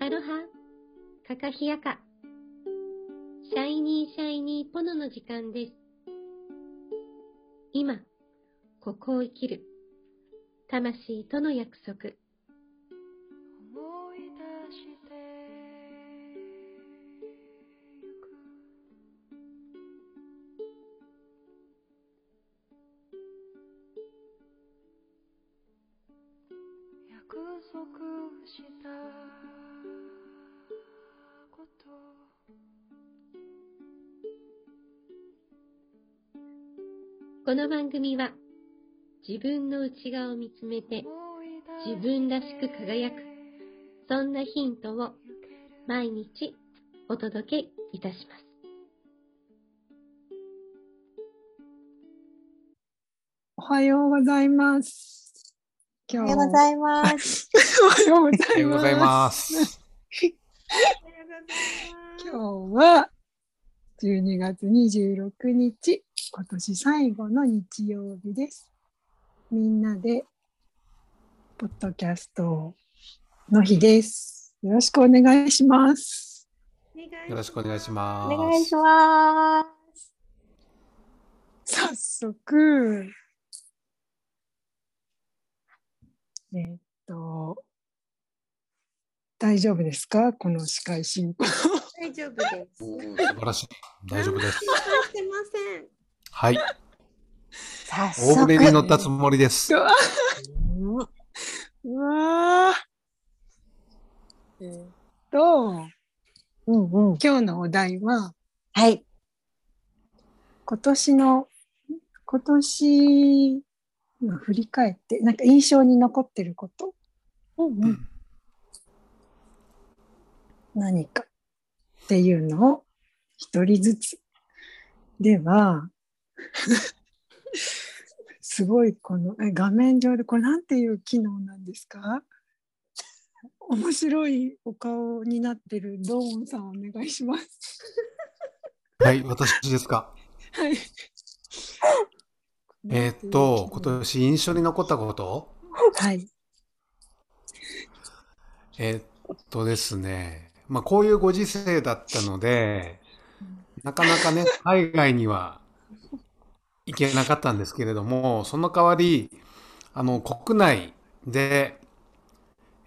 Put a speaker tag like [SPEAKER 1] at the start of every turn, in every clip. [SPEAKER 1] アロハ、カカヒヤカ。シャイニーシャイニーポノの時間です。今、ここを生きる。魂との約束。
[SPEAKER 2] 思い出してゆく約束したこと
[SPEAKER 1] この番組は、自分の内側を見つめて、
[SPEAKER 2] 思い出して
[SPEAKER 1] 自分らしく輝くそんなヒントを
[SPEAKER 2] ゆける
[SPEAKER 1] 毎日お届けいたします。
[SPEAKER 3] おはようございます。今
[SPEAKER 4] お
[SPEAKER 3] 日
[SPEAKER 4] はようございます。
[SPEAKER 3] おはようござ
[SPEAKER 5] おは
[SPEAKER 3] い
[SPEAKER 5] よう
[SPEAKER 3] ます。
[SPEAKER 5] ございます。
[SPEAKER 3] 今日は12月26日、今年最後の日曜日です。みんなでポッドキャストの日です。よろしくお願いします。
[SPEAKER 5] よろしくお願いしま
[SPEAKER 4] お
[SPEAKER 5] す。
[SPEAKER 4] 願いしま
[SPEAKER 3] 早速、えーっと、大丈夫ですかこの司会進行。
[SPEAKER 4] す。大丈夫です。
[SPEAKER 5] おー素晴らしい。大丈夫です。
[SPEAKER 4] してません。
[SPEAKER 5] はい。
[SPEAKER 4] 早
[SPEAKER 5] 大
[SPEAKER 4] 速。
[SPEAKER 5] 船に乗ったつもりです。
[SPEAKER 3] うわうわーえーっと、
[SPEAKER 4] うんうん。
[SPEAKER 3] 今日のお題は、
[SPEAKER 4] はい。
[SPEAKER 3] 今年の、今年、まあ振り返って、なんか印象に残ってること、
[SPEAKER 4] うんうん。
[SPEAKER 3] 何かっていうのを一人ずつ。で は、すごいこのえ画面上でこれなんていう機能なんですか面白いお顔になってるドーンさんお願いします。
[SPEAKER 5] はい、私ですか。
[SPEAKER 3] はい。
[SPEAKER 5] えーっと、今。年印象に残ったこと
[SPEAKER 3] はい。
[SPEAKER 5] えーっとですね。まあ、こういうご時世だったので、なかなかね、海外には行けなかったんですけれども、その代わり、あの、国内で、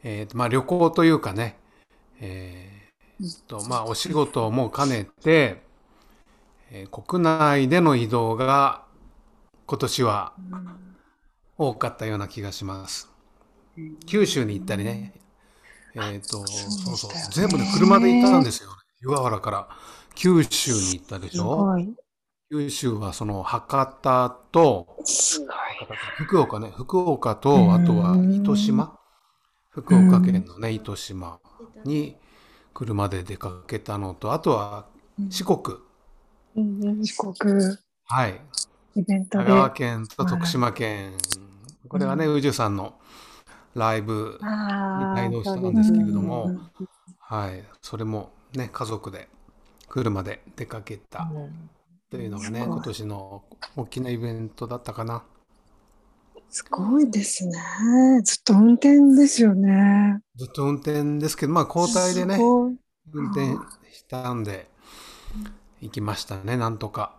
[SPEAKER 5] えーとまあ、旅行というかね、えーと、まあ、お仕事も兼ねて、えー国内での移動が今年は多かったような気がします。九州に行ったりね、えーと、そうそう、全部ね、車で行ったんですよ。湯河原から九州に行ったでし
[SPEAKER 3] す
[SPEAKER 5] ょ
[SPEAKER 3] ごい。
[SPEAKER 5] 九州はその博多と、
[SPEAKER 3] すごい。
[SPEAKER 5] 福岡ね、福岡
[SPEAKER 3] うん
[SPEAKER 5] と、あとは糸島、福岡県のね、糸島に車で出かけたのと、あとは四国、
[SPEAKER 3] 四国
[SPEAKER 5] はい、
[SPEAKER 3] イベント
[SPEAKER 5] 香
[SPEAKER 3] で。
[SPEAKER 5] 川県と徳島県、これはね、宇治さんのライブ、
[SPEAKER 3] あ
[SPEAKER 5] 帯同したんですけれどもはい、それもね、家族で車で出かけたというのがね、
[SPEAKER 3] すごい
[SPEAKER 5] 今年の大きなイベントだったかな。
[SPEAKER 3] すごいですね。ずっと運転ですよね。
[SPEAKER 5] ずっと運転ですけど、まあ交代でね
[SPEAKER 3] す、ごい
[SPEAKER 5] 運転したんで、行きましたね、なんとか。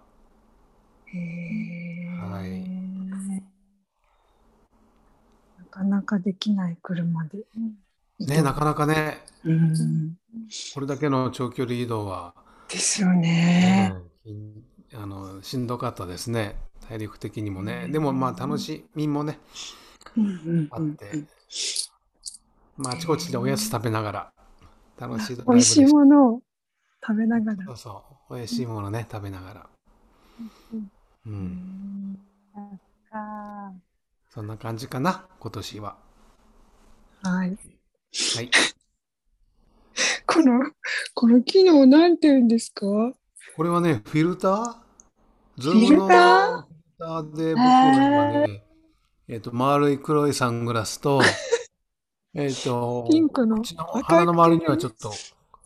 [SPEAKER 3] へー
[SPEAKER 5] はい
[SPEAKER 3] なかなかできない車で。
[SPEAKER 5] ね、なかなかね、
[SPEAKER 3] うん
[SPEAKER 5] これだけの長距離移動は、
[SPEAKER 3] ですよね。
[SPEAKER 5] うんあのしんどかったですね、体力的にもね。でもまあ楽しみもね、
[SPEAKER 3] うんうん
[SPEAKER 5] あって、まああちこちでおやつ食べながら、楽しい
[SPEAKER 3] 美
[SPEAKER 5] ドライブで
[SPEAKER 3] 味し
[SPEAKER 5] し
[SPEAKER 3] い
[SPEAKER 5] た。
[SPEAKER 3] ものを食べながら
[SPEAKER 5] そう。そう、美味しいものね、食べながら。うん、
[SPEAKER 3] なんか
[SPEAKER 5] そんな感じかな、今年は。
[SPEAKER 3] はい。
[SPEAKER 5] はい。
[SPEAKER 3] この、この機能なんて言うんですか
[SPEAKER 5] これはね、フィルターズ
[SPEAKER 3] ィルター
[SPEAKER 5] ームのフィルターで僕は今ね、えっ、と、丸い黒いサングラスと、 えっと、
[SPEAKER 3] ピンクの
[SPEAKER 5] 口の
[SPEAKER 3] 赤い
[SPEAKER 5] 鼻の周りにはちょっと、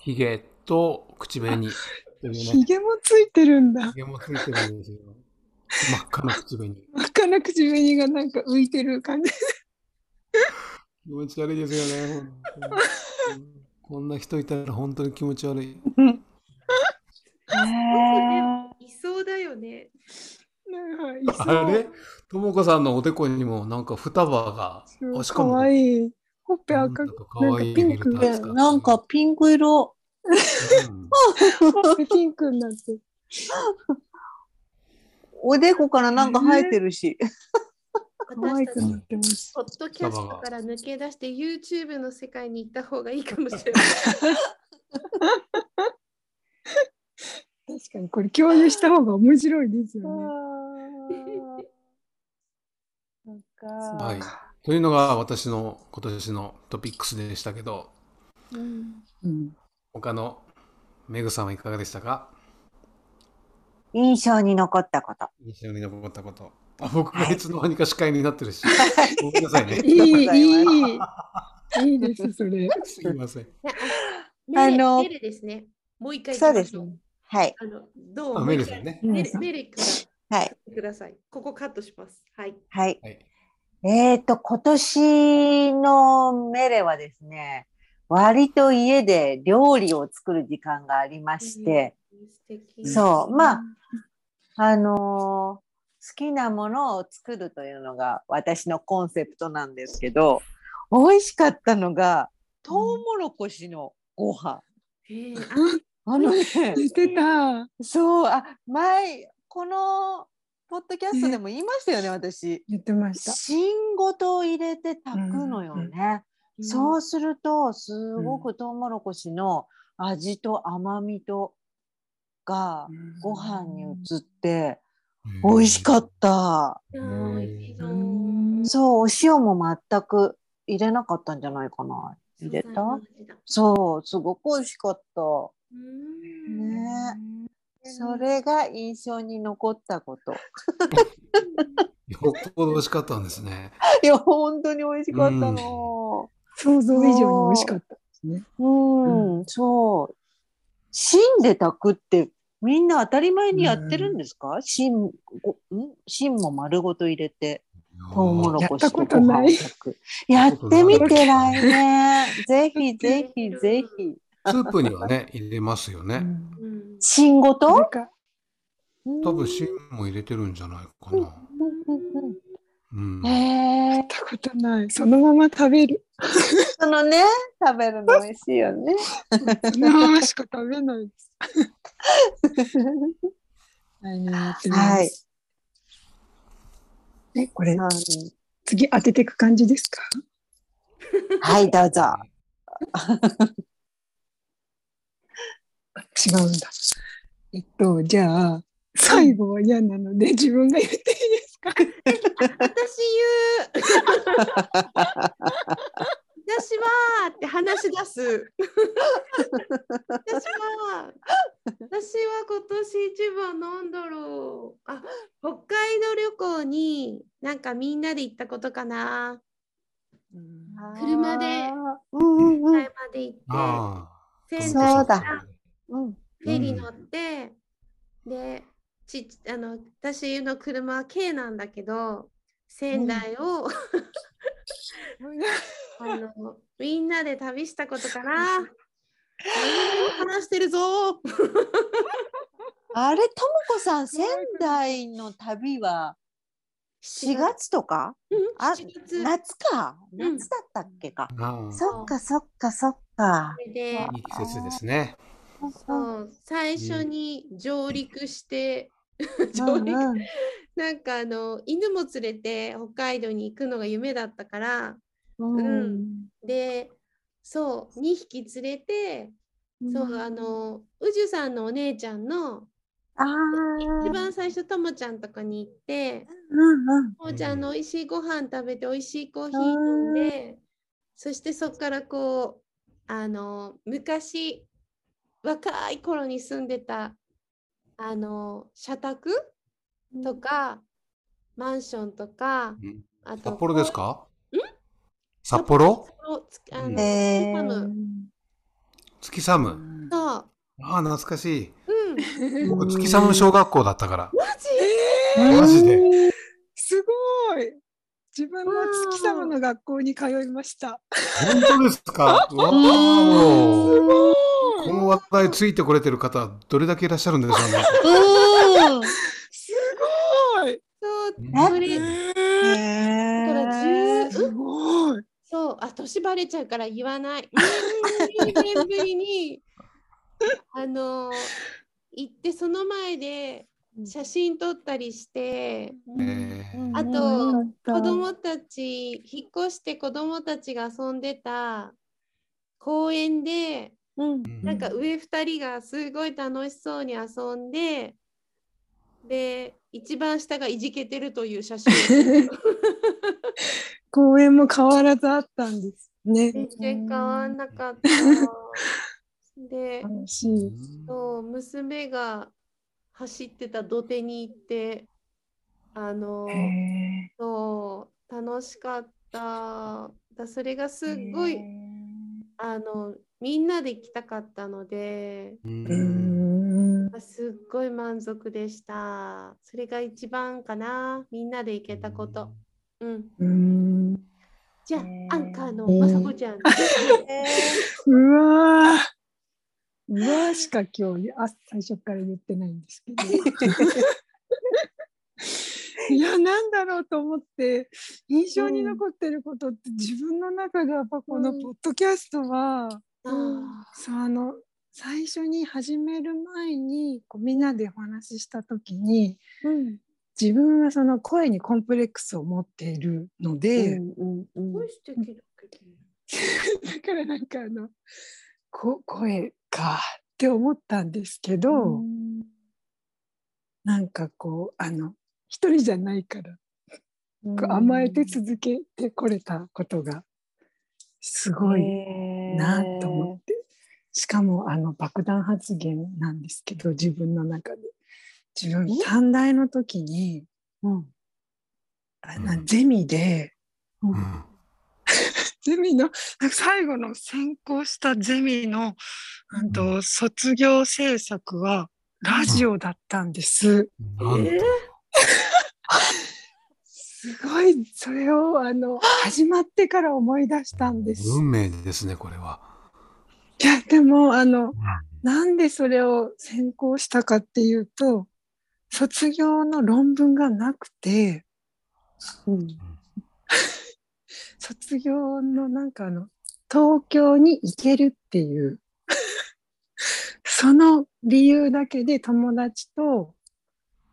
[SPEAKER 5] ヒゲと口紅という
[SPEAKER 3] ひ
[SPEAKER 5] ね、
[SPEAKER 3] げもついてるんだ
[SPEAKER 5] ヒ。ゲもついてるんですよ。真っ赤な口紅。
[SPEAKER 3] 赤な口紅がなんか浮いてる感じ。
[SPEAKER 5] 気持ち悪いですよね、本当にこんな人いたら本当に気持ち悪い。
[SPEAKER 4] ね
[SPEAKER 1] いそうだよね。
[SPEAKER 3] なんかいそう
[SPEAKER 5] あれともこさんのおでこにもなんか双葉が。あしか
[SPEAKER 3] か
[SPEAKER 5] も
[SPEAKER 3] わいい。ほっぺ
[SPEAKER 5] な
[SPEAKER 3] 赤
[SPEAKER 5] ん
[SPEAKER 3] く
[SPEAKER 5] だ、か可愛いフィルター使ってる
[SPEAKER 4] なんか、ピンク色。
[SPEAKER 5] うん
[SPEAKER 3] ほっぺピンクになってる。
[SPEAKER 4] おでこからなんか生えてるし。
[SPEAKER 3] 可愛
[SPEAKER 1] 私た
[SPEAKER 3] く
[SPEAKER 1] ち、
[SPEAKER 3] なってます。
[SPEAKER 1] ポッドキャストから抜け出して YouTube の世界に行った方がいいかもしれない。
[SPEAKER 3] 確かにこれ共有した方が面白いです
[SPEAKER 4] あ
[SPEAKER 3] よね。
[SPEAKER 4] ーそっか
[SPEAKER 5] はい。というのが私の今年のトピックスでしたけど、
[SPEAKER 4] うん
[SPEAKER 3] うん、
[SPEAKER 5] 他のメグさんはいかがでしたか
[SPEAKER 4] 印象に残ったこと。
[SPEAKER 5] 印象に残ったこと。あ僕がいつの間にか司会になってるし。ごめんなさいね。
[SPEAKER 3] いい、い
[SPEAKER 4] ありがとう
[SPEAKER 3] い、 いいです、それ。
[SPEAKER 5] すいません。
[SPEAKER 1] メ レ
[SPEAKER 4] あの
[SPEAKER 1] メレですね。もう一回
[SPEAKER 4] そうで
[SPEAKER 1] し
[SPEAKER 4] す
[SPEAKER 1] ょ
[SPEAKER 4] ね。はい。
[SPEAKER 1] あの、どう
[SPEAKER 5] あ、
[SPEAKER 1] もう
[SPEAKER 5] メ
[SPEAKER 1] 一
[SPEAKER 5] グ
[SPEAKER 1] 回
[SPEAKER 5] さんね。
[SPEAKER 1] メレメレから
[SPEAKER 4] はい。
[SPEAKER 1] ください。ここカットします。はい。
[SPEAKER 4] はい。
[SPEAKER 5] はい。
[SPEAKER 4] えっ、と、今年のメレはですね、割と家で料理を作る時間がありまして、
[SPEAKER 1] 素敵。
[SPEAKER 4] そうまああのー好きなものを作るというのが私のコンセプトなんですけど、美味しかったのが、トウモロコシのご飯。
[SPEAKER 1] へえあ
[SPEAKER 4] あのね、
[SPEAKER 3] 似てた。
[SPEAKER 4] そう、あ、前、このポッドキャストでも言いましたよね、私。
[SPEAKER 3] 言ってました。
[SPEAKER 4] 芯ごと入れて炊くのよね。そうするとすごくトウモロコシの味と甘みとがご飯に移って美味しかった。
[SPEAKER 1] いいな美味しいな
[SPEAKER 3] うん
[SPEAKER 4] そう、お塩も全く入れなかったんじゃないかな。入れた
[SPEAKER 1] 素材の味だ
[SPEAKER 4] そう、すごく美味しかった。
[SPEAKER 1] うん
[SPEAKER 4] ねそれが印象に残ったこと。
[SPEAKER 5] よっぽど美味しかったんですね。
[SPEAKER 4] いや、本当に美味しかったの。
[SPEAKER 3] 想像以上に美味しかったですね。
[SPEAKER 4] うん、そう。芯で炊くって、みんな当たり前にやってるんですか、芯ごん芯も丸ごと入れて、トウモロコシとご飯を炊く。 や
[SPEAKER 5] やった
[SPEAKER 4] っ
[SPEAKER 5] ことない
[SPEAKER 4] てみて来年。ぜひ ぜひぜひ。
[SPEAKER 5] スープにはね、入れますよ
[SPEAKER 3] う
[SPEAKER 5] ね。
[SPEAKER 3] ん
[SPEAKER 1] うん
[SPEAKER 4] 芯ご
[SPEAKER 3] な
[SPEAKER 4] と
[SPEAKER 3] んか
[SPEAKER 5] 多分芯も入れてるんじゃないかな。うん。
[SPEAKER 4] へ
[SPEAKER 3] や
[SPEAKER 4] え
[SPEAKER 3] っ。たことない。そのまま食べる。
[SPEAKER 4] そのね、食べるの美味しいよね。
[SPEAKER 3] そのまましか食べないです。 来年やってみます。
[SPEAKER 4] はい
[SPEAKER 3] え、これ、
[SPEAKER 4] うん
[SPEAKER 3] 次当てていく感じですか
[SPEAKER 4] はい、どうぞ。
[SPEAKER 3] 違うんだ。えっと、じゃあ、最後は嫌なので自分が言っていいですか
[SPEAKER 1] 私言う私はって話し出す私は私は今年一番なんだろうあ北海道旅行になんかみんなで行ったことかな車で
[SPEAKER 4] うんうんうん。
[SPEAKER 1] 北海まで行っ
[SPEAKER 5] あ
[SPEAKER 1] て
[SPEAKER 5] あ。
[SPEAKER 1] 仙
[SPEAKER 4] そう
[SPEAKER 1] 台
[SPEAKER 4] だ
[SPEAKER 1] から
[SPEAKER 4] うん
[SPEAKER 1] フェリー乗って、でちあの私の車は軽なんだけど仙台を、あのみんなで旅したことかな。話してるぞ。
[SPEAKER 4] あれ、ともこさん、仙台の旅は4月とかあ
[SPEAKER 1] 7月
[SPEAKER 4] 夏か
[SPEAKER 1] うん
[SPEAKER 4] 夏だったっけか、
[SPEAKER 5] ああ。
[SPEAKER 4] そっかそっかそっか。
[SPEAKER 5] い
[SPEAKER 1] で
[SPEAKER 5] い季節ですね。
[SPEAKER 1] そう最初に上陸して、
[SPEAKER 4] う
[SPEAKER 1] 上
[SPEAKER 4] ん
[SPEAKER 1] 陸
[SPEAKER 4] うん
[SPEAKER 1] なんかあの犬も連れて北海道に行くのが夢だったからうんでそう2匹連れて、そうあの宇治さんのお姉ちゃんの
[SPEAKER 4] あ
[SPEAKER 1] 一
[SPEAKER 4] ー
[SPEAKER 1] 番最初ともちゃんとこに行って
[SPEAKER 4] うんうん
[SPEAKER 1] ともちゃんの美味しいご飯食べて美味しいコーヒー飲んでそしてそこからこうあの昔若い頃に住んでたあの社宅とかマンションとか
[SPEAKER 5] うん
[SPEAKER 1] あと
[SPEAKER 5] 札幌ですか
[SPEAKER 1] ん
[SPEAKER 5] 札幌
[SPEAKER 1] 札幌つあの、
[SPEAKER 5] うん
[SPEAKER 4] え
[SPEAKER 1] トム
[SPEAKER 4] ー
[SPEAKER 5] 月寒。
[SPEAKER 1] そう
[SPEAKER 5] ああ、懐かしい。
[SPEAKER 1] うん
[SPEAKER 5] 僕、月寒小学校だったから。
[SPEAKER 1] マジ
[SPEAKER 5] マジで。
[SPEAKER 3] すごい自分も月様の学校に通いました。
[SPEAKER 5] 本当ですかわ
[SPEAKER 3] す
[SPEAKER 5] ーお
[SPEAKER 3] ごい。
[SPEAKER 5] この話題ついてこれてる方、どれだけいらっしゃるんでしょうね。
[SPEAKER 4] うん。
[SPEAKER 3] すごい。
[SPEAKER 1] そう
[SPEAKER 5] ね
[SPEAKER 1] それだ
[SPEAKER 3] え
[SPEAKER 1] から
[SPEAKER 3] ー、
[SPEAKER 1] 10
[SPEAKER 3] すごい。
[SPEAKER 1] そうあ年バレちゃうから言 わない22年ぶりにあの行ってその前で写真撮ったりして
[SPEAKER 5] えー
[SPEAKER 1] あ
[SPEAKER 3] うん
[SPEAKER 1] と
[SPEAKER 3] よかった
[SPEAKER 1] 子供たち引っ越して子供たちが遊んでた公園で
[SPEAKER 4] うん。
[SPEAKER 1] なんか上2人がすごい楽しそうに遊んでで一番下がいじけてるという写真
[SPEAKER 3] 公園も変わらずあったんですね。
[SPEAKER 1] 全 然変わんなかった。で
[SPEAKER 3] 楽しい。
[SPEAKER 1] そう娘が走ってた土手に行ってあの
[SPEAKER 3] へえ
[SPEAKER 1] そう楽しかっただそれがすっごいあのみんなで行きたかったので
[SPEAKER 5] う
[SPEAKER 3] うんん。
[SPEAKER 1] あすっごい満足でしたそれが一番かなみんなで行けたこと。うん、
[SPEAKER 3] うん。
[SPEAKER 1] じゃあ、
[SPEAKER 4] ね
[SPEAKER 1] アンカーのまさこち ゃん、
[SPEAKER 3] うわーうわーしか今日あ最初から言ってないんです けどいやなんだろうと思って印象に残ってることって自分の中でやっぱこの
[SPEAKER 1] うん
[SPEAKER 3] ポッドキャストは、
[SPEAKER 1] あ
[SPEAKER 3] さあの最初に始める前にこうみんなでお話しした時に
[SPEAKER 4] うん。
[SPEAKER 3] 自分はその声にコンプレックスを持っているの
[SPEAKER 4] う
[SPEAKER 3] で、
[SPEAKER 4] ん。う
[SPEAKER 1] ー
[SPEAKER 4] ん
[SPEAKER 1] どう。してきる
[SPEAKER 3] だからなんかあのこ声かって思ったんですけど、
[SPEAKER 4] うん。
[SPEAKER 3] なんかこうあの一人じゃないからこう甘えて続けてこれたことがすごいなと思って、しかもあの爆弾発言なんですけど自分の中で自分短大の時に
[SPEAKER 4] うん。
[SPEAKER 3] あのゼミで
[SPEAKER 5] うん
[SPEAKER 3] ゼミのなんか最後の選考したゼミの、うん、と卒業制作はラジオだったんです。
[SPEAKER 5] なんと
[SPEAKER 3] すごいそれをあの始まってから思い出したんです。
[SPEAKER 5] 運命ですね、これは。
[SPEAKER 3] いやでもあのなんでそれを選考したかっていうと卒業の論文がなくて
[SPEAKER 4] うん。
[SPEAKER 3] 卒業のなんかあの東京に行けるっていう その理由だけで友達と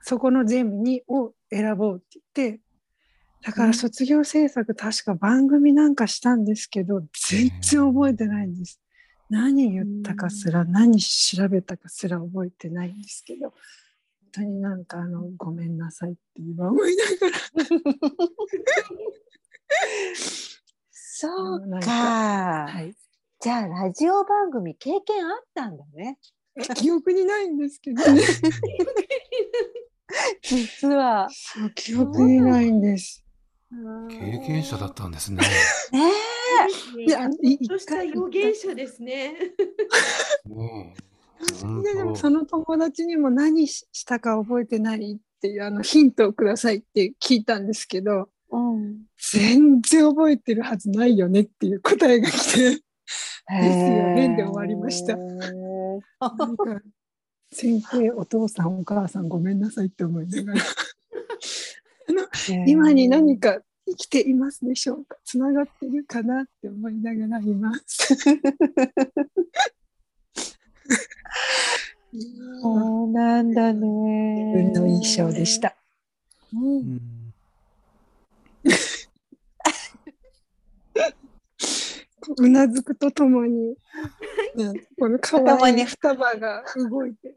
[SPEAKER 3] そこのゼミにを選ぼうって言ってだから卒業制作確か番組なんかしたんですけど全然覚えてないんです。何言ったかすら何調べたかすら覚えてないんですけど本当になんかあのごめんなさいって今思いながら
[SPEAKER 4] そう
[SPEAKER 3] なん
[SPEAKER 4] か。
[SPEAKER 3] はい
[SPEAKER 4] じゃあラジオ番組経験あったんだね。
[SPEAKER 3] 記憶にないんですけどね。
[SPEAKER 4] 実は。
[SPEAKER 3] そう記憶にないんです。
[SPEAKER 5] 経験者だったんですね。
[SPEAKER 4] ねえ。
[SPEAKER 1] い
[SPEAKER 3] いやいい
[SPEAKER 1] ちょっとした予言者で すね。
[SPEAKER 5] も
[SPEAKER 3] いやでもその友達にも何ししたか覚えてないっていうあのヒントをくださいって聞いたんですけど
[SPEAKER 4] うん。
[SPEAKER 3] 全然覚えてるはずないよねっていう答えが来てですよねで終わりました
[SPEAKER 4] へー
[SPEAKER 3] なんか先生お父さんお母さんごめんなさいって思いながら今に何か生きていますでしょうかつながってるかなって思いながらいます。
[SPEAKER 4] そうなんだね。
[SPEAKER 3] 自分の印象でし。た。
[SPEAKER 4] うん、
[SPEAKER 3] うなずくとともに、この可
[SPEAKER 4] 頭
[SPEAKER 3] 愛い
[SPEAKER 4] に
[SPEAKER 3] 双葉が動いてる、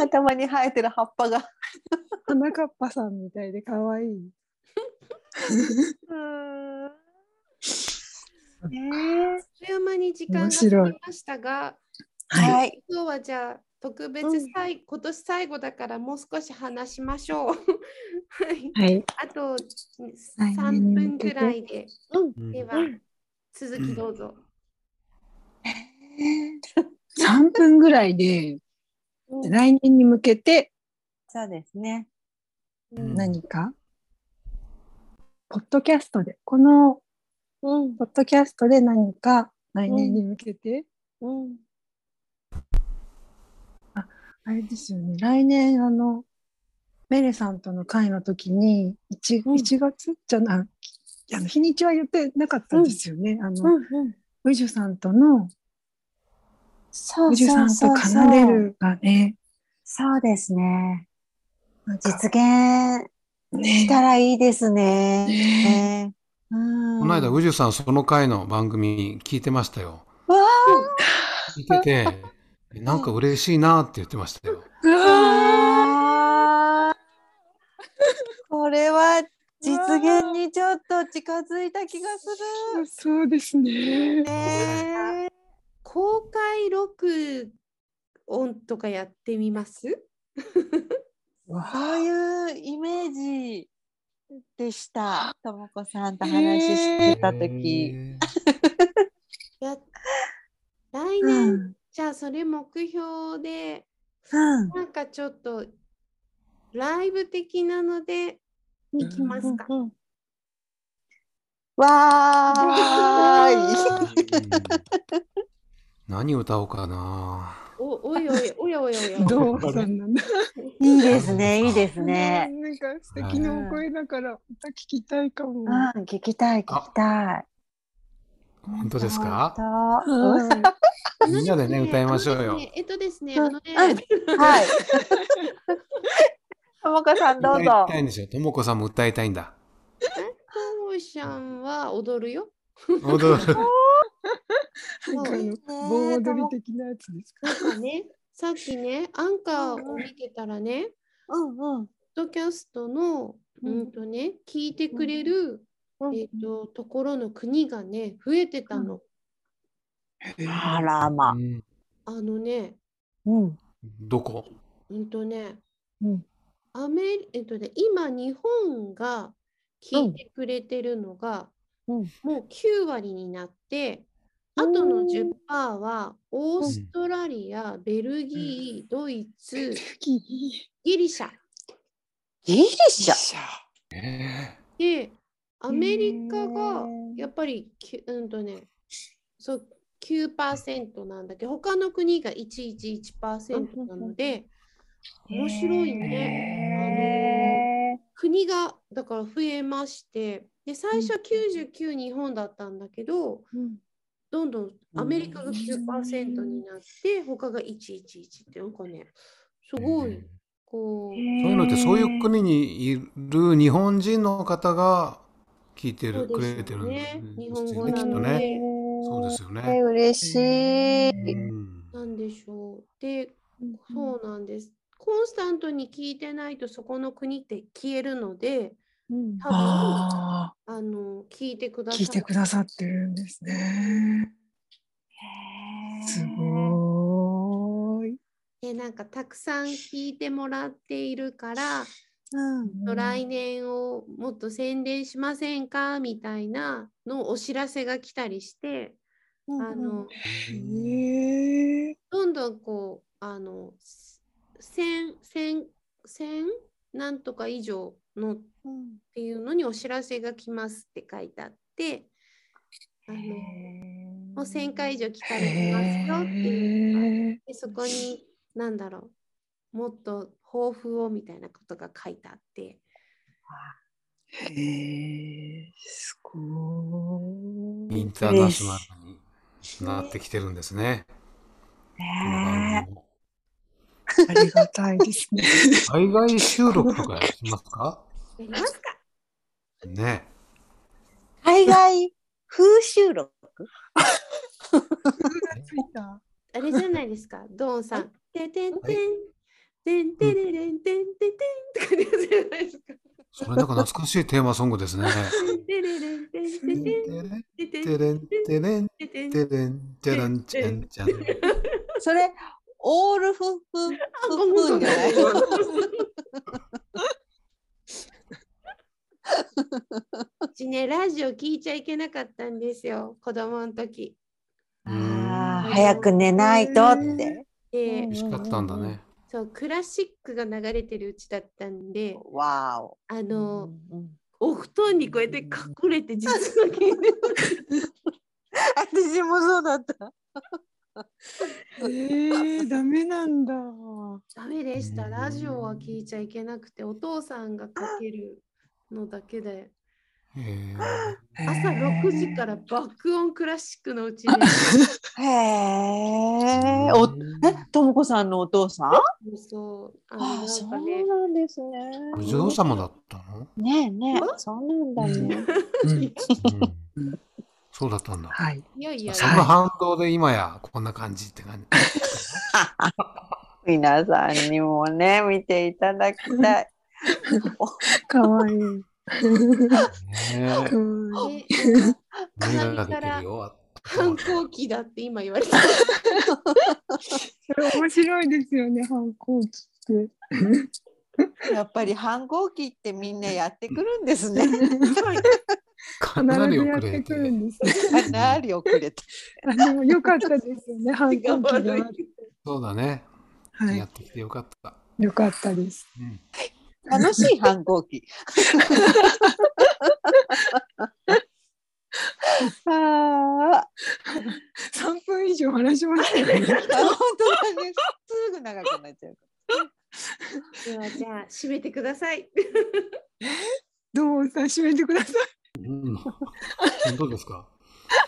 [SPEAKER 4] 頭に生えてる葉っぱが。
[SPEAKER 3] はなかっぱさんみたいで可愛い。
[SPEAKER 4] ね
[SPEAKER 1] 山に時間が
[SPEAKER 3] 面
[SPEAKER 1] 過ぎ
[SPEAKER 3] 白い
[SPEAKER 1] ましたが、
[SPEAKER 3] い。
[SPEAKER 4] はい。
[SPEAKER 1] 今日はじゃあ特別最、今年最後だからもう少し話しましょう。はい、
[SPEAKER 3] はい。
[SPEAKER 1] あと
[SPEAKER 3] 来
[SPEAKER 1] 3
[SPEAKER 3] 年に
[SPEAKER 1] 分
[SPEAKER 3] 向け
[SPEAKER 1] ぐ
[SPEAKER 3] て
[SPEAKER 1] らいで、
[SPEAKER 5] うん
[SPEAKER 1] では続きどうぞ。
[SPEAKER 3] 3分ぐらいで、来年に向けて
[SPEAKER 4] そうですね。
[SPEAKER 5] うん
[SPEAKER 3] 何かポッドキャストで、この
[SPEAKER 4] うん
[SPEAKER 3] ポッドキャストで何か来年に向けて、
[SPEAKER 4] うん
[SPEAKER 3] あれですよね、来年、あの、メレさんとの会の時に、1,
[SPEAKER 4] うん
[SPEAKER 3] 1月じゃな、いや日にちは言ってなかったんですよね。あの、
[SPEAKER 4] うん
[SPEAKER 3] 宇治さんとの、
[SPEAKER 4] そう
[SPEAKER 3] 宇治
[SPEAKER 4] そ
[SPEAKER 3] さ
[SPEAKER 4] うんそう
[SPEAKER 3] と
[SPEAKER 4] そう
[SPEAKER 3] 奏でるがね、
[SPEAKER 4] そうですね
[SPEAKER 3] なんか
[SPEAKER 4] 実現
[SPEAKER 3] ね
[SPEAKER 4] したらいいですね。
[SPEAKER 3] ね
[SPEAKER 4] うん
[SPEAKER 5] この間、宇治さん、その回の番組聞いてましたよ。
[SPEAKER 4] わ
[SPEAKER 5] 聞いてて、えなんか嬉しいなって言ってましたよ。
[SPEAKER 3] うわ
[SPEAKER 4] あこれは実現にちょっと近づいた気がす
[SPEAKER 3] ーそうですね
[SPEAKER 4] る。。ね
[SPEAKER 1] 公開録音とかやってみます
[SPEAKER 4] そういうイメージでした。ともこさんと話してた時、
[SPEAKER 5] へー
[SPEAKER 1] や来
[SPEAKER 4] う
[SPEAKER 1] 年、
[SPEAKER 4] ん
[SPEAKER 1] じゃあそれ目標で
[SPEAKER 4] うん
[SPEAKER 1] なんかちょっとライブ的なので行きますか、
[SPEAKER 4] うんわーい。
[SPEAKER 5] うん何歌おうかな。
[SPEAKER 1] おおいおいおやおやおや
[SPEAKER 3] どうさんなんだ。
[SPEAKER 4] いいですね、いいですね。
[SPEAKER 3] なんか素敵なお声だから、また聞きたいかも。
[SPEAKER 4] うん、聞きたい、聞きたい。
[SPEAKER 5] 本当ですか
[SPEAKER 4] 本当
[SPEAKER 3] うん
[SPEAKER 5] みんなでね、歌いましょうよ。
[SPEAKER 1] えっとですね、えっとですね、あ
[SPEAKER 4] う
[SPEAKER 1] の
[SPEAKER 4] ん
[SPEAKER 1] ね、
[SPEAKER 4] はい。 ともこさんどう
[SPEAKER 5] 歌い
[SPEAKER 4] ぞ
[SPEAKER 5] た。いんですよ。ともこさんも歌いたいんだ。
[SPEAKER 1] ともちゃんは踊るよ。
[SPEAKER 5] 踊る。
[SPEAKER 3] なんかあ
[SPEAKER 1] いい
[SPEAKER 3] の盆踊り的なやつですか。
[SPEAKER 1] なんかね、さっきね、アンカーを見てたらね、
[SPEAKER 4] うんうん。
[SPEAKER 1] ポッドキャストの、う
[SPEAKER 4] うん
[SPEAKER 1] んとね、聞いてくれる、
[SPEAKER 4] うん
[SPEAKER 1] えっと、ところの国がね、増えてたの。
[SPEAKER 4] あらま
[SPEAKER 5] う。ん
[SPEAKER 1] あのね、
[SPEAKER 4] うん。
[SPEAKER 5] どこ
[SPEAKER 1] うんとね、
[SPEAKER 4] うん
[SPEAKER 1] アメリえっとね、今、日本が聞いてくれてるのが、
[SPEAKER 4] うん
[SPEAKER 1] もう9割になって、あとの10%はオーストラリア、ベルギー、ドイツ、ギリシャ。
[SPEAKER 4] ギリシャ。
[SPEAKER 5] え
[SPEAKER 1] で、アメリカが
[SPEAKER 4] へー
[SPEAKER 1] やっぱりきゅ、うんとね、そう9%なんだけど、他の国が111%なので、面白い
[SPEAKER 4] へ
[SPEAKER 1] ね。あの国がだから増えまして、で最初99日本だったんだけ
[SPEAKER 4] う
[SPEAKER 1] ど、
[SPEAKER 4] ん
[SPEAKER 1] どんどんアメリカが9%になって、他が111って、なんかね、す
[SPEAKER 5] ー
[SPEAKER 1] ごい、こう。
[SPEAKER 5] そういうのって、そういう国にいる日本人の方が聞いてる、
[SPEAKER 1] そう
[SPEAKER 5] く
[SPEAKER 1] です
[SPEAKER 5] れて
[SPEAKER 1] よね
[SPEAKER 5] るんですよ
[SPEAKER 1] 日本語
[SPEAKER 5] ね、き
[SPEAKER 1] な
[SPEAKER 5] っと
[SPEAKER 1] ので
[SPEAKER 5] ね。そうですよね。
[SPEAKER 4] 嬉しい。
[SPEAKER 5] うん
[SPEAKER 1] なんでしょう。で、そうなんです。コンスタントに聞いてないとそこの国って消えるので、多分あ
[SPEAKER 3] あ
[SPEAKER 1] の聞いてく
[SPEAKER 3] あ、
[SPEAKER 1] ださ
[SPEAKER 3] 聞いてくださってるんですね。すごーい。
[SPEAKER 1] でなんかたくさん聞いてもらっているから、
[SPEAKER 4] うん。
[SPEAKER 1] 来年をもっと宣伝しませんかみたいなのお知らせが来たりして、あの
[SPEAKER 3] へえ。
[SPEAKER 1] どんどんこうあの1000 1000 1000なんとか以上の
[SPEAKER 4] うん。
[SPEAKER 1] っていうのにお知らせが来ますって書いてあって、あのもう1000回以上聞かれてますよっていうのが
[SPEAKER 3] へえ。
[SPEAKER 1] でそこに何だろうもっと抱負をみたいなことが書いてあって
[SPEAKER 3] へえ。すごー
[SPEAKER 5] イ
[SPEAKER 3] い。
[SPEAKER 5] ンターナショナルになってきてるんですね。この番組も
[SPEAKER 3] ありがたいですね。
[SPEAKER 5] 海外収録とかしますか
[SPEAKER 1] やりますか
[SPEAKER 5] ね。
[SPEAKER 4] 海外風習録。
[SPEAKER 3] ついた。
[SPEAKER 1] あれじゃないですかドーンさん。てんてんてんてんてれれんてんてんてんとかのやつじゃないですか。
[SPEAKER 5] それなんか懐かしいテーマソングですね。
[SPEAKER 1] てんてれれんてんてんてんてんてん
[SPEAKER 5] テレンテレン
[SPEAKER 1] てんてん
[SPEAKER 5] テレンテレンテレンテレンテレン
[SPEAKER 4] それ、オールフフフフじゃない
[SPEAKER 1] うんうちねラジオ聞いちゃいけなかったんですよ子供の時。
[SPEAKER 4] あー早く寝ないとって。
[SPEAKER 1] で
[SPEAKER 5] 美味しかったんだね。
[SPEAKER 1] そうクラシックが流れてるうちだったんで
[SPEAKER 4] わーお。
[SPEAKER 1] あの、
[SPEAKER 4] うん
[SPEAKER 1] お布団にこうやって隠れて実は聞いてた。
[SPEAKER 4] 私もそうだった。
[SPEAKER 3] えー、ダメなんだ。。
[SPEAKER 1] ダメでした。ラジオは聞いちゃいけなくて、お父さんがかけるのだけで、
[SPEAKER 5] えー
[SPEAKER 1] 朝6時からら爆音クラシックのうちに、
[SPEAKER 4] へえ。おえ、ともこさんのお父さん。
[SPEAKER 1] そう、あの
[SPEAKER 4] あ、
[SPEAKER 1] な
[SPEAKER 4] そ
[SPEAKER 1] ん
[SPEAKER 4] う
[SPEAKER 1] かね、
[SPEAKER 4] なんですね。
[SPEAKER 5] お嬢様だったの、
[SPEAKER 4] ねえねえ、そうなんだね。
[SPEAKER 3] うん
[SPEAKER 5] うんそうだったんだ。
[SPEAKER 3] はい。
[SPEAKER 1] いやいや、
[SPEAKER 5] その反動で今やこんな感じって感じ。
[SPEAKER 4] 皆さんにもね、見ていただきたい。
[SPEAKER 3] かわいい。
[SPEAKER 5] ね
[SPEAKER 3] か わいい
[SPEAKER 1] ねなんか
[SPEAKER 5] え目が出てるよ。
[SPEAKER 1] 反抗期だって今言われた。
[SPEAKER 3] それ面白いですよね、反抗期って。
[SPEAKER 4] やっぱり反抗期ってみんなやってくるんですね。
[SPEAKER 5] かな
[SPEAKER 3] 必
[SPEAKER 5] り
[SPEAKER 3] ずや
[SPEAKER 5] 遅
[SPEAKER 3] っ
[SPEAKER 5] れ
[SPEAKER 3] てく
[SPEAKER 5] て。
[SPEAKER 3] るんです。
[SPEAKER 4] かなり遅れた。
[SPEAKER 3] あの、良かったですよ ね、反抗期があって。
[SPEAKER 5] そうだね、
[SPEAKER 3] は
[SPEAKER 5] やっ
[SPEAKER 3] い。
[SPEAKER 5] てきてよかった。
[SPEAKER 3] 良かったです。
[SPEAKER 5] うん
[SPEAKER 4] 楽しい反抗 期。ああ、
[SPEAKER 3] 三分以上話しま したね。
[SPEAKER 4] 本当だね。すぐ長くなっちゃう。
[SPEAKER 1] ではじゃあ、閉めてください。
[SPEAKER 3] どうさ、締めてくださ
[SPEAKER 5] うん、本当ですか。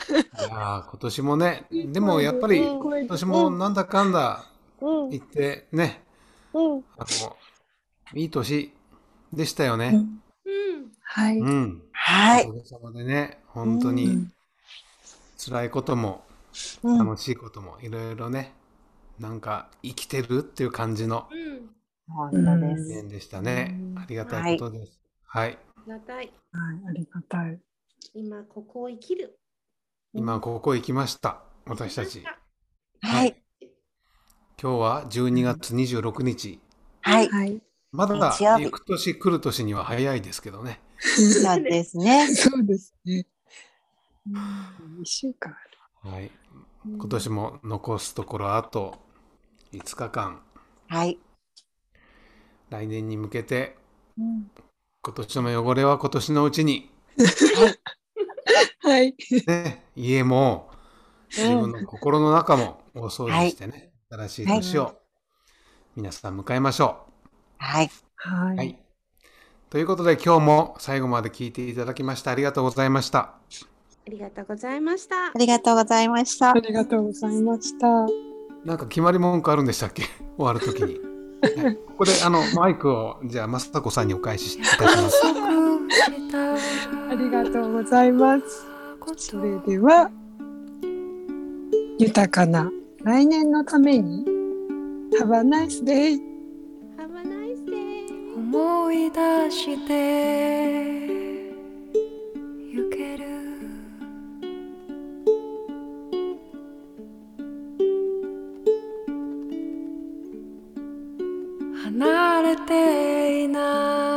[SPEAKER 5] いやー今年もね、でもやっぱり
[SPEAKER 4] うん
[SPEAKER 5] 今年もなんだかんだ
[SPEAKER 4] うん、
[SPEAKER 5] 言ってね、
[SPEAKER 4] うん、
[SPEAKER 5] あのいい年でしたよ
[SPEAKER 3] い
[SPEAKER 5] ね。。
[SPEAKER 1] うん。
[SPEAKER 3] はい。
[SPEAKER 5] うん。
[SPEAKER 4] はい
[SPEAKER 5] お。かげさまでね、本当に辛いことも
[SPEAKER 4] うん
[SPEAKER 5] 楽しいこともいろいろね、なんか生きてるっていう感じの
[SPEAKER 1] うん。
[SPEAKER 4] 本当です。
[SPEAKER 5] 年でしたね
[SPEAKER 3] う。ん
[SPEAKER 5] ありがたいことです。はい。
[SPEAKER 1] がたい。
[SPEAKER 3] はい、ありがたい。
[SPEAKER 1] 今ここを生きる。
[SPEAKER 5] 今ここ行きました。私たち。
[SPEAKER 4] はい、
[SPEAKER 5] 今日は12月26日。
[SPEAKER 4] はい、
[SPEAKER 3] はい。
[SPEAKER 5] まだ
[SPEAKER 4] 日曜日
[SPEAKER 5] 行く年来る年には早いですけどね。
[SPEAKER 4] そうですね。
[SPEAKER 3] そうですね。うん、一週間あ
[SPEAKER 5] はい。
[SPEAKER 3] る。
[SPEAKER 5] 今年も残すところあと5日間。
[SPEAKER 4] はい、
[SPEAKER 5] 来年に向けて
[SPEAKER 3] うん。
[SPEAKER 5] 今年の汚れは今年のう ちに、
[SPEAKER 3] はい。
[SPEAKER 5] ね、家も自分の心の中も大掃除してね、新しい年を皆さん迎えましょ
[SPEAKER 4] はい、
[SPEAKER 5] う。
[SPEAKER 3] は。
[SPEAKER 5] はいい。ということで今日も最後まで聞いていただきましてありがとうございました。
[SPEAKER 1] ありがとうございました。
[SPEAKER 4] ありがとうございました
[SPEAKER 3] あ。りがとうございました。
[SPEAKER 5] なんか決まり文句あるんでしたっけ 終わるときに。はいここであのマイクをじゃあ雅子さんにお返しいたします。
[SPEAKER 3] ありがとうございます。それでは、豊かな来年のために、Have a nice day!
[SPEAKER 1] Have a nice day.
[SPEAKER 2] 思い出してゆける離れていない